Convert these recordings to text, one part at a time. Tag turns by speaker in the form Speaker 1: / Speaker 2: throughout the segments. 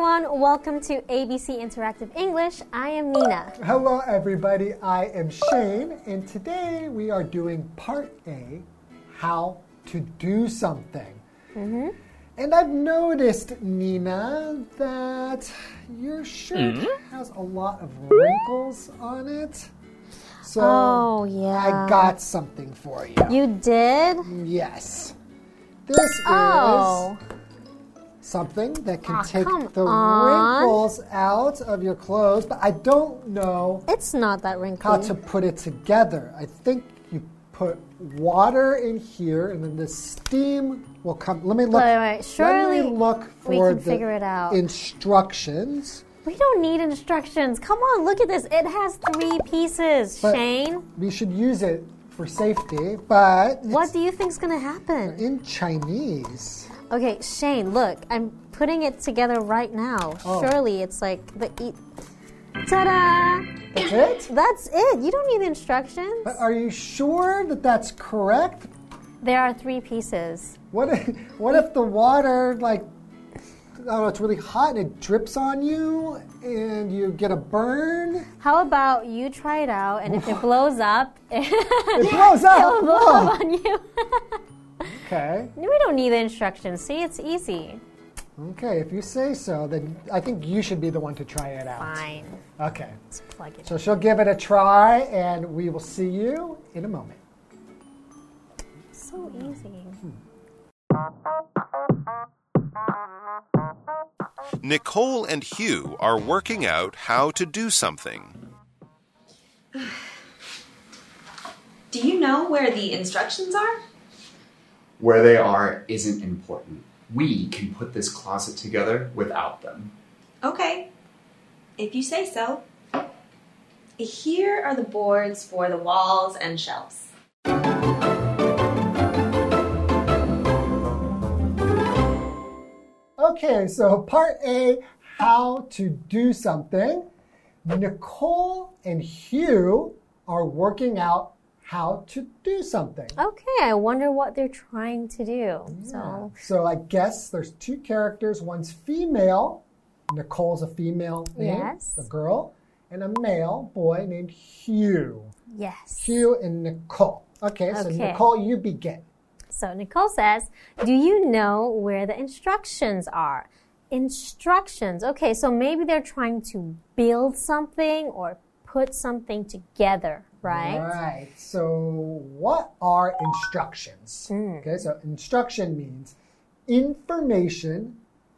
Speaker 1: welcome to ABC Interactive English. I am Nina.
Speaker 2: Hello, everybody. I am Shane, and today we are doing part A how to do something.
Speaker 1: Mm-hmm.
Speaker 2: And I've noticed, Nina, that your shirt
Speaker 1: Mm-hmm.
Speaker 2: has a lot of wrinkles on it. So
Speaker 1: Oh, yeah.
Speaker 2: I got something for you.
Speaker 1: You did?
Speaker 2: Yes. This
Speaker 1: Oh.
Speaker 2: is something that can
Speaker 1: Aw,
Speaker 2: take
Speaker 1: come
Speaker 2: the
Speaker 1: on.
Speaker 2: wrinkles out of your clothes, but I don't know
Speaker 1: It's not that
Speaker 2: how
Speaker 1: wrinkly.
Speaker 2: to put it together. I think you put water in here and then the steam will come. Let me look.
Speaker 1: Wait, wait, surely
Speaker 2: let me look
Speaker 1: we
Speaker 2: for
Speaker 1: can
Speaker 2: the
Speaker 1: figure it out.
Speaker 2: instructions.
Speaker 1: We don't need instructions. Come on, look at this. It has three pieces,
Speaker 2: But-
Speaker 1: Shane.
Speaker 2: We should use it for safety, but
Speaker 1: What do you think's gonna happen?
Speaker 2: in Chinese.
Speaker 1: Okay, Shane, look, I'm putting it together right now.
Speaker 2: Oh.
Speaker 1: Surely it's like the e Ta-da!
Speaker 2: That's it?
Speaker 1: That's it. You don't need instructions.
Speaker 2: But are you sure that that's correct?
Speaker 1: There are three pieces.
Speaker 2: What if, what if the water, like, I don't know, it's really hot and it drips on you and you get a burn?
Speaker 1: How about you try it out, and if it blows up,
Speaker 2: It blows
Speaker 1: it
Speaker 2: up.
Speaker 1: will blow
Speaker 2: Whoa.
Speaker 1: up on you.
Speaker 2: Okay.
Speaker 1: we don't need the instructions. See, it's easy.
Speaker 2: Okay. If you say so, then I think you should be the one to try it out.
Speaker 1: Fine.
Speaker 2: Okay.
Speaker 1: Let's plug it.
Speaker 2: So she'll give it a try and we will see you in a moment.
Speaker 1: So easy.
Speaker 3: Nicole and Hugh are working out how to do something.
Speaker 4: Do you know where the instructions are?
Speaker 5: Where they are isn't important. We can put this closet together without them.
Speaker 4: Okay, if you say so. Here are the boards for the walls and shelves.
Speaker 2: Okay, so part A, how to do something. Nicole and Hugh are working out how to do something.
Speaker 1: Okay, I wonder what they're trying to do. So,
Speaker 2: So I guess there's two characters. One's female. Nicole's a female name,
Speaker 1: Yes.
Speaker 2: a girl, and a male boy named Hugh.
Speaker 1: yes.
Speaker 2: Hugh and Nicole. Okay, so
Speaker 1: Okay.
Speaker 2: Nicole, you begin.
Speaker 1: So, Nicole says, Do you know where the instructions are? Instructions. Okay, so maybe they're trying to build something or put something together, right?
Speaker 2: Right. So what are instructions?
Speaker 1: Hmm.
Speaker 2: Okay, so instruction means information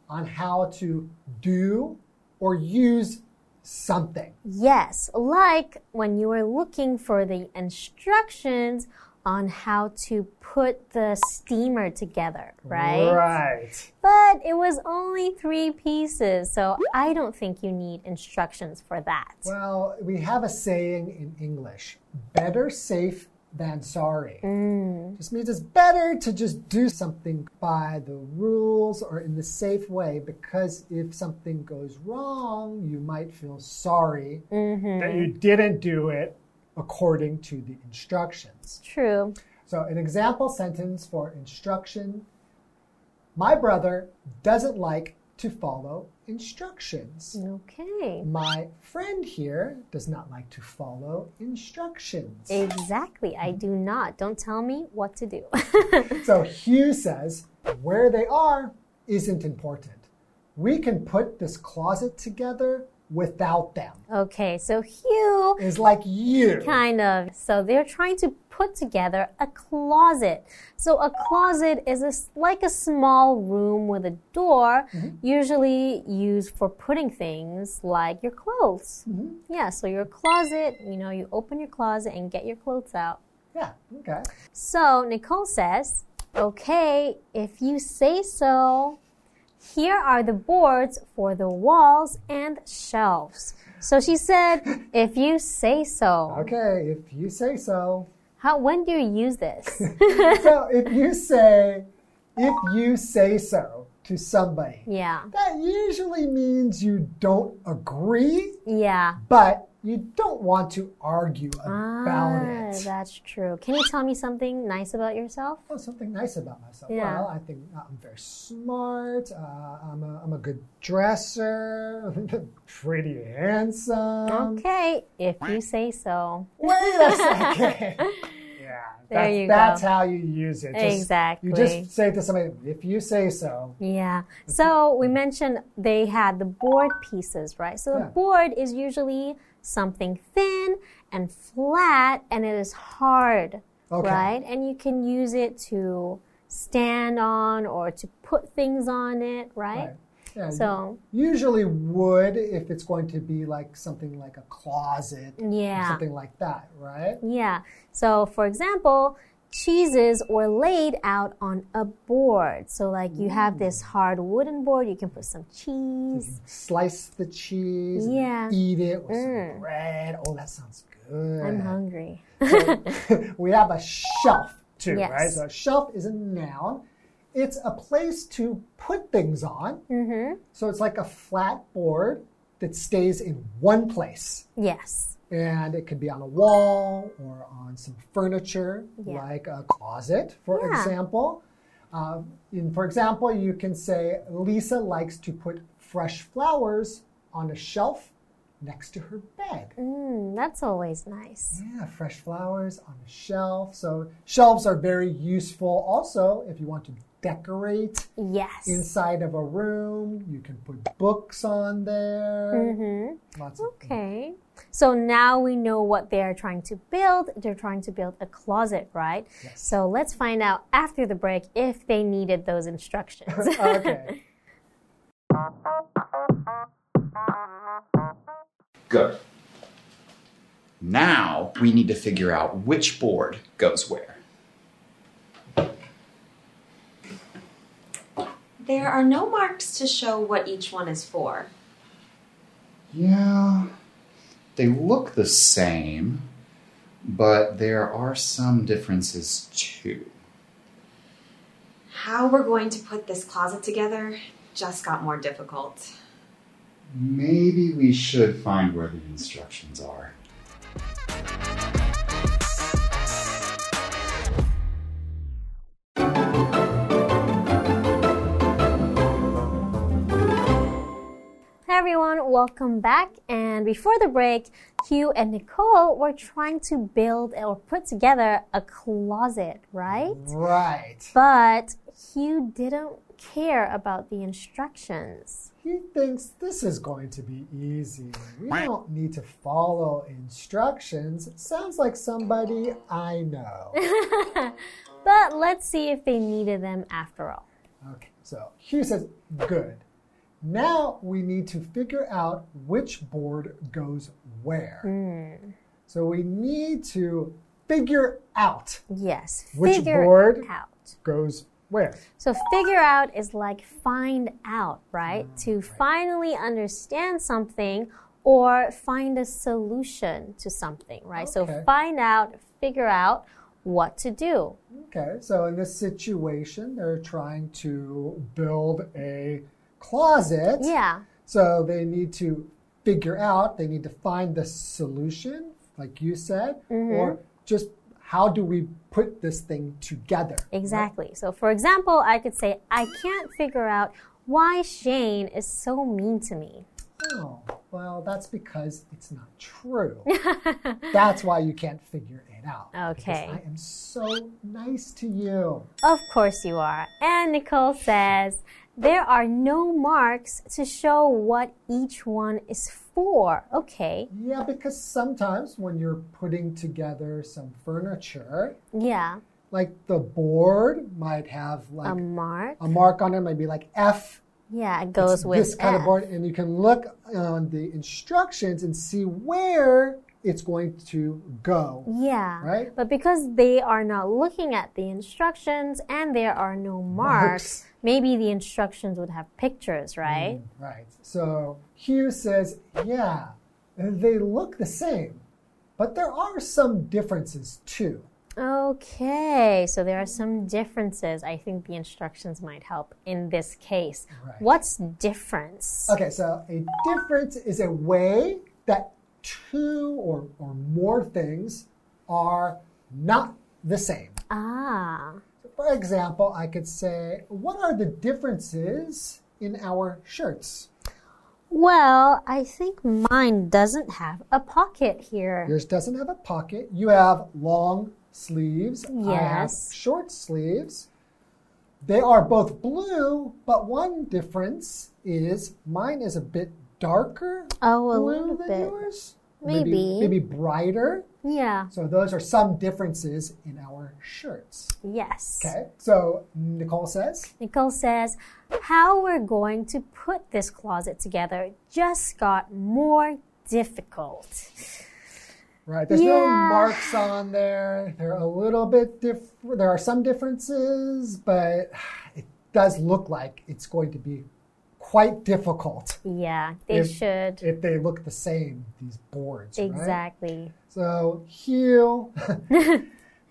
Speaker 2: on how to do or use something.
Speaker 1: Yes, like when you were looking for the instructions on how to put the steamer together, right?
Speaker 2: Right.
Speaker 1: But it was only three pieces, so I don't think you need instructions for that.
Speaker 2: Well, we have a saying in English better safe than sorry. Just means it's better to just do something by the rules or in the safe way because if something goes wrong, you might feel sorry that you didn't do it according to the instructions.
Speaker 1: True.
Speaker 2: So, an example sentence for instruction My brother doesn't like to follow instructions.
Speaker 1: Okay.
Speaker 2: My friend here does not like to follow instructions.
Speaker 1: Exactly. I do not. Don't tell me what to do.
Speaker 2: So Hugh says, where they are isn't important. We can put this closet together without them.
Speaker 1: okay, so Hugh,
Speaker 2: Is like you.
Speaker 1: kind of. So they're trying to put together a closet. So a closet is a s like a small room with a door, usually used for putting things like your clothes. Yeah, so your closet, you know, you open your closet and get your clothes out.
Speaker 2: Yeah, okay.
Speaker 1: So Nicole says, okay, if you say so. Here are the boards for the walls and shelves. So she said, if you say so.
Speaker 2: Okay, if you say so.
Speaker 1: How, when do you use this?
Speaker 2: so if you say, if you say so to somebody,
Speaker 1: yeah.
Speaker 2: that usually means you don't agree,
Speaker 1: Yeah.
Speaker 2: but you don't want to argue about
Speaker 1: Ah,
Speaker 2: it.
Speaker 1: That's true. Can you tell me something nice about yourself?
Speaker 2: Oh, something nice about myself.
Speaker 1: Yeah.
Speaker 2: Well, I think uh, I'm very smart. Uh, I'm, a, I'm a good dresser. pretty handsome.
Speaker 1: okay, if you say so.
Speaker 2: Um, Wait a second. yeah, that's,
Speaker 1: you go.
Speaker 2: that's how you use it. Just-
Speaker 1: Exactly.
Speaker 2: You just say to somebody, if you say so.
Speaker 1: Yeah. So we mentioned they had the board pieces, right? So the
Speaker 2: Yeah.
Speaker 1: board is usually something thin and flat and it is hard,
Speaker 2: Okay.
Speaker 1: right? And you can use it to stand on or to put things on it, right?
Speaker 2: Right. Yeah,
Speaker 1: So,
Speaker 2: usually would if it's going to be like something like a closet or
Speaker 1: Yeah.
Speaker 2: something like that, right?
Speaker 1: yeah. So, for example, cheeses were laid out on a board. So, like you have this hard wooden board, you can put some Mm. cheese.
Speaker 2: Slice the cheese, and
Speaker 1: Yeah. Mm.
Speaker 2: eat it with some bread. Oh, that sounds good.
Speaker 1: I'm hungry.
Speaker 2: we have a shelf too,
Speaker 1: Yes.
Speaker 2: right? So a shelf is a noun. It's a place to put things on. Mm-hmm. So it's like a flat board that stays in one place.
Speaker 1: yes.
Speaker 2: And it could be on a wall or on some furniture,
Speaker 1: Yeah.
Speaker 2: like a closet, for
Speaker 1: Yeah.
Speaker 2: example. Uh, in, for example, you can say, Lisa likes to put fresh flowers on a shelf next to her bed.
Speaker 1: Mm, that's always nice.
Speaker 2: Yeah, fresh flowers on a shelf. So shelves are very useful also if you want to decorate
Speaker 1: Yes.
Speaker 2: inside of a room. You can put books on there. Lots of
Speaker 1: Okay. So now we know what they are trying to build. They're trying to build a closet, right? So let's find out after the break if they needed those instructions.
Speaker 2: Okay.
Speaker 5: Good. Now we need to figure out which board goes where.
Speaker 4: There are no marks to show what each one is for.
Speaker 5: Yeah, they look the same, but there are some differences too.
Speaker 4: How we're going to put this closet together just got more difficult.
Speaker 5: Maybe we should find where the instructions are.
Speaker 1: Hi everyone, welcome back. And before the break, Hugh and Nicole were trying to build or put together a closet, right?
Speaker 2: right.
Speaker 1: But Hugh didn't care about the instructions.
Speaker 2: He thinks this is going to be easy. We don't need to follow instructions. Sounds like somebody I know.
Speaker 1: But let's see if they needed them after all.
Speaker 2: Okay, so Hugh says, good. Now we need to figure out which board goes where. So we need to figure out
Speaker 1: Yes.
Speaker 2: Which
Speaker 1: figure
Speaker 2: board?
Speaker 1: out.
Speaker 2: goes where.
Speaker 1: So figure out is like find out, right? to finally understand something or find a solution to something, right? So
Speaker 2: Okay.
Speaker 1: find out, figure out what to do.
Speaker 2: Okay, so in this situation, they're trying to build a closet.
Speaker 1: Yeah.
Speaker 2: So they need to figure out, they need to find the solution, like you said, or just how do we put this thing together?
Speaker 1: Exactly. So, for example, I could say, I can't figure out why Shane is so mean to me.
Speaker 2: Oh, well, that's because it's not true. that's why you can't figure it out. because
Speaker 1: Okay.
Speaker 2: I am so nice to you.
Speaker 1: Of course you are. And Nicole says, there are no marks to show what each one is for. Okay.
Speaker 2: Yeah, because sometimes when you're putting together some furniture,
Speaker 1: Yeah.
Speaker 2: like the board might have like
Speaker 1: A mark.
Speaker 2: a mark on it, might be like F.
Speaker 1: Yeah, it goes with
Speaker 2: this kind of
Speaker 1: F.
Speaker 2: board, and you can look on the instructions and see where it's going to go.
Speaker 1: Yeah.
Speaker 2: Right?
Speaker 1: But because they are not looking at the instructions and there are no marks,
Speaker 2: Marks. Hmm.
Speaker 1: maybe the instructions would have pictures, right?
Speaker 2: Right. So Hugh says, yeah, they look the same, but there are some differences too.
Speaker 1: Okay, so there are some differences. I think the instructions might help in this case.
Speaker 2: Right. Uh,
Speaker 1: What's difference?
Speaker 2: Okay, so a difference is a way that two or, or more things are not the same.
Speaker 1: Ah.
Speaker 2: For example, I could say, What are the differences in our shirts?
Speaker 1: Well, I think mine doesn't have a pocket here.
Speaker 2: Yours doesn't have a pocket. You have long sleeves. I have
Speaker 1: Yes.
Speaker 2: short sleeves. They are both blue, but one difference is mine is a bit darker
Speaker 1: Oh, a
Speaker 2: blue
Speaker 1: little
Speaker 2: than
Speaker 1: bit.
Speaker 2: yours.
Speaker 1: Maybe.
Speaker 2: maybe brighter.
Speaker 1: Yeah.
Speaker 2: So those are some differences in our shirts.
Speaker 1: Yes.
Speaker 2: Okay. So Nicole says.
Speaker 1: Nicole says, How we're going to put this closet together just got more difficult.
Speaker 2: Right. There's no
Speaker 1: Yeah.
Speaker 2: marks on there. They're a little bit different. There are some differences, but it does look like it's going to be quite difficult
Speaker 1: Yeah, they
Speaker 2: If-
Speaker 1: should.
Speaker 2: if they look the same, these boards. right?
Speaker 1: exactly.
Speaker 2: So Hugh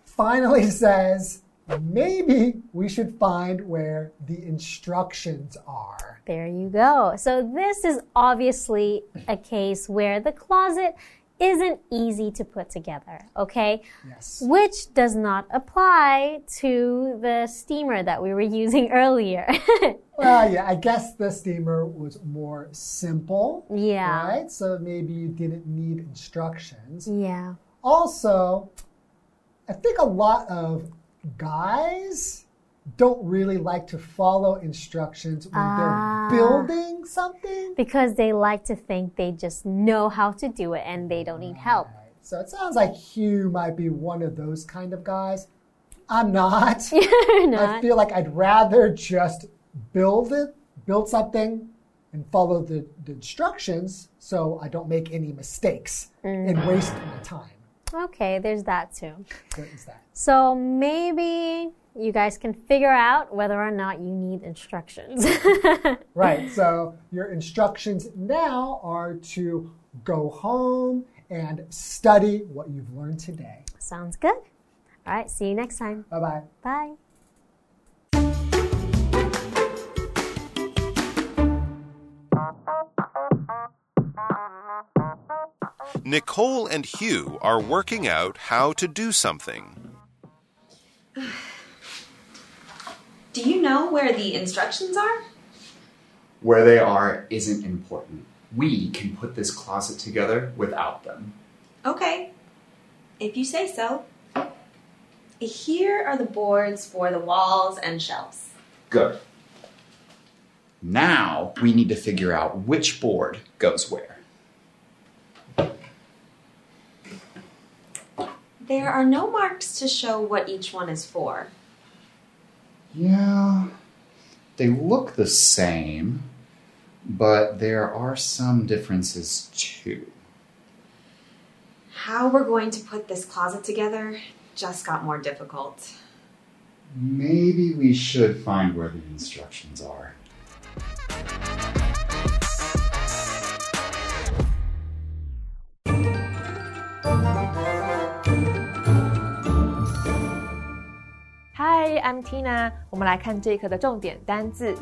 Speaker 2: finally says maybe we should find where the instructions are.
Speaker 1: There you go. So, this is obviously a case where the closet isn't easy to put together, okay?
Speaker 2: Yes.
Speaker 1: Which does not apply to the steamer that we were using earlier.
Speaker 2: Well, yeah, I guess the steamer was more simple.
Speaker 1: Yeah.
Speaker 2: Right? So maybe you didn't need instructions.
Speaker 1: yeah.
Speaker 2: Also, I think a lot of guys don't really like to follow instructions when
Speaker 1: Ah.
Speaker 2: they're building something.
Speaker 1: Because they like to think they just know how to do it and they don't need help.
Speaker 2: Right. So it sounds like Hugh might be one of those kind of guys. I'm not.
Speaker 1: You're
Speaker 2: I
Speaker 1: not.
Speaker 2: feel like I'd rather just build it, build something, and follow the, the instructions so I don't make any mistakes
Speaker 1: Mm.
Speaker 2: and waste my time.
Speaker 1: Okay, there's that too.
Speaker 2: What is that?
Speaker 1: So maybe you guys can figure out whether or not you need instructions.
Speaker 2: Right. So your instructions now are to go home and study what you've learned today.
Speaker 1: Sounds good. All right, see you next time.
Speaker 2: Bye bye.
Speaker 1: Bye.
Speaker 3: Nicole and Hugh are working out how to do something.
Speaker 4: Do you know where the instructions are?
Speaker 5: Where they are isn't important. We can put this closet together without them.
Speaker 4: Okay. If you say so. Here are the boards for the walls and shelves.
Speaker 5: Good. Now we need to figure out which board goes where.
Speaker 4: There are no marks to show what each one is for.
Speaker 5: Yeah, they look the same, but there are some differences too.
Speaker 4: How we're going to put this closet together just got more difficult.
Speaker 5: Maybe we should find where the instructions are.
Speaker 6: Hi, I'm Tina。我们来看这一课的重点单字。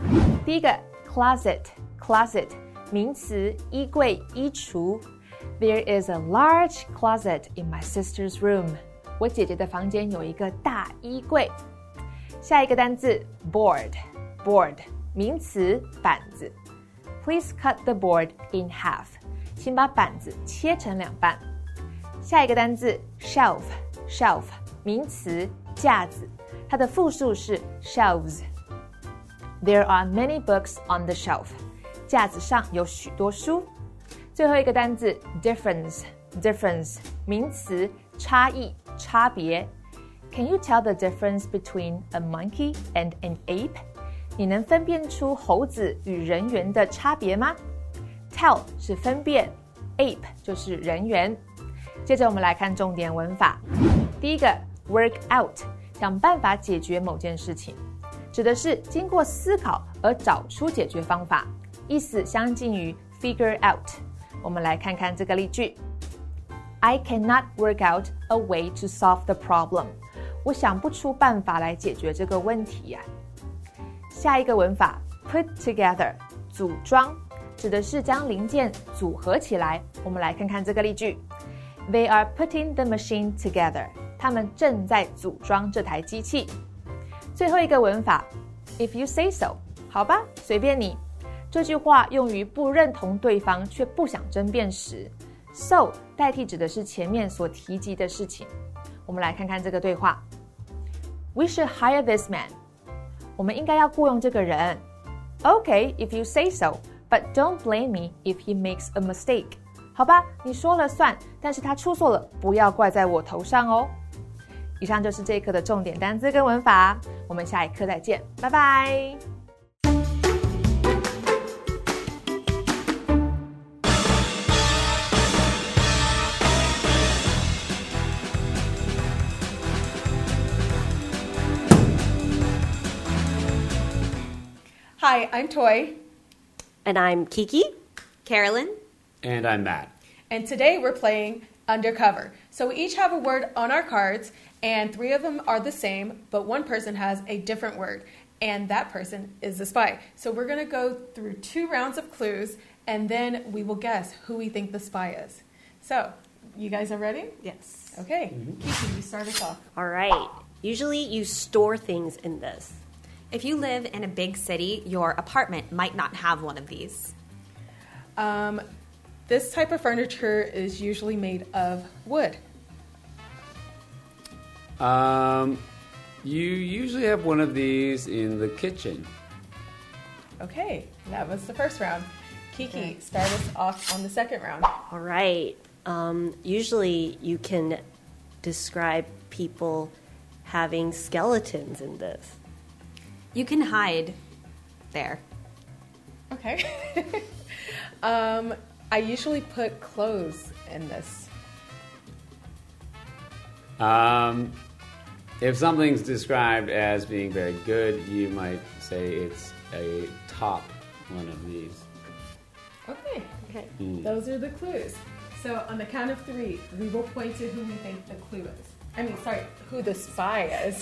Speaker 6: 第一个，closet，closet，名词，衣柜、衣橱。There is a large closet in my sister's room。我姐姐的房间有一个大衣柜。下一个单字，board，board，名词，板子。Please cut the board in half。请把板子切成两半。下一个单字 shelf shelf 名词架子，它的复数是 shelves。There are many books on the shelf，架子上有许多书。最后一个单字 difference difference 名词差异差别。Can you tell the difference between a monkey and an ape？你能分辨出猴子与人猿的差别吗？Tell 是分辨，ape 就是人猿。接着我们来看重点文法。第一个，work out，想办法解决某件事情，指的是经过思考而找出解决方法，意思相近于 figure out。我们来看看这个例句：I cannot work out a way to solve the problem。我想不出办法来解决这个问题呀、下一个文法 put together，组装，指的是将零件组合起来。我们来看看这个例句：They are putting the machine together。他们正在组装这台机器。最后一个文法，If you say so，好吧，随便你。这句话用于不认同对方却不想争辩时，so 代替指的是前面所提及的事情。我们来看看这个对话：We should hire this man。我们应该要雇佣这个人。Okay, if you say so, but don't blame me if he makes a mistake. 好吧，你说了算，但是他出错了，不要怪在我头上哦。以上就是这一课的重点单词跟文法，我们下一课再见，拜拜。
Speaker 7: Hi, I'm Toy,
Speaker 8: And I'm Kiki.
Speaker 4: Carolyn,
Speaker 9: And I'm Matt.
Speaker 7: and today we're playing Undercover. So we each have a word on our cards, and three of them are the same, but one person has a different word, and that person is the spy. So we're gonna go through two rounds of clues, and then we will guess who we think the spy is. So, you guys are ready?
Speaker 8: Yes.
Speaker 7: Okay, Kiki, you start us off.
Speaker 8: All right. Usually you store things in this.
Speaker 4: if you live in a big city, your apartment might not have one of these.
Speaker 7: Um, this type of furniture is usually made of wood.
Speaker 9: Um, you usually have one of these in the kitchen.
Speaker 7: Okay, that was the first round. Kiki, start us off on the second round.
Speaker 8: All right. Um, usually you can describe people having skeletons in this.
Speaker 4: You can hide there.
Speaker 7: Okay. um, I usually put clothes in this.
Speaker 9: Um, if something's described as being very good, you might say it's a top one of these.
Speaker 7: Okay. Okay. Those are the clues. So on the count of three, we will point to who we think the clue is. I mean, sorry, who the spy is.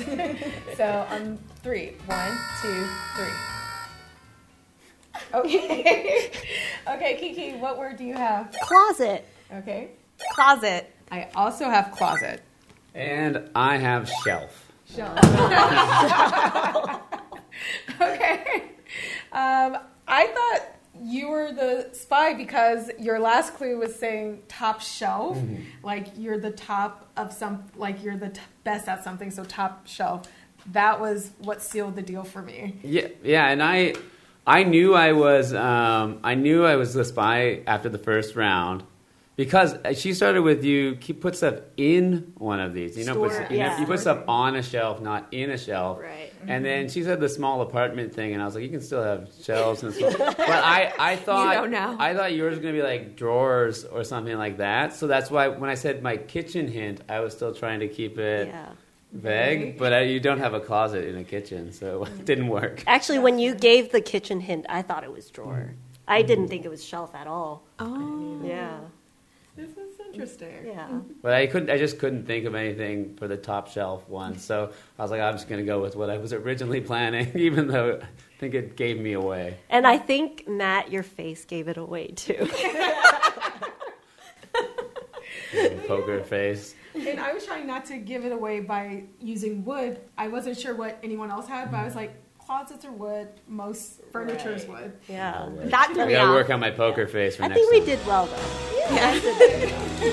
Speaker 7: so on three, one, two, three. Okay. okay, Kiki, what word do you have?
Speaker 8: Closet.
Speaker 7: Okay.
Speaker 4: Closet.
Speaker 7: I also have closet.
Speaker 9: And I have shelf.
Speaker 7: Okay. Um, I thought you were the spy because your last clue was saying top shelf,
Speaker 9: Mm-hmm.
Speaker 7: like you're the top of some, like you're the t- best at something, so top shelf. That was what sealed the deal for me.
Speaker 9: Yeah, yeah, and I, I knew I was, um, I knew I was the spy after the first round. Because she started with you, keep put stuff in one of these. You know, put,
Speaker 8: Store,
Speaker 9: you, know,
Speaker 8: yeah.
Speaker 9: you put stuff on a shelf, not in a shelf.
Speaker 8: Right. Mm-hmm.
Speaker 9: And then she said the small apartment thing, and I was like, you can still have shelves and stuff. but I, I thought
Speaker 4: don't know.
Speaker 9: I thought yours was gonna be like drawers or something like that. So that's why when I said my kitchen hint, I was still trying to keep it
Speaker 8: Yeah.
Speaker 9: vague. But I, you don't have a closet in a kitchen, so
Speaker 8: Mm-hmm.
Speaker 9: it didn't work.
Speaker 8: Actually, when you gave the kitchen hint, I thought it was drawer. I didn't
Speaker 9: Mm.
Speaker 8: think it was shelf at all. Oh. Yeah.
Speaker 7: This is interesting.
Speaker 8: Yeah.
Speaker 9: But I couldn't. I just couldn't think of anything for the top shelf one. So I was like, I'm just gonna go with what I was originally planning, even though I think it gave me away.
Speaker 8: And I think, Matt, your face gave it away too.
Speaker 9: Poker face.
Speaker 7: And I was trying not to give it away by using wood. I wasn't sure what anyone else had, but I was like, closets are wood, most furniture is wood.
Speaker 8: Yeah.
Speaker 4: That threw
Speaker 9: I
Speaker 4: me
Speaker 9: gotta
Speaker 4: off.
Speaker 9: work on my poker face for
Speaker 8: I
Speaker 9: next
Speaker 8: think we
Speaker 9: time.
Speaker 8: did well though.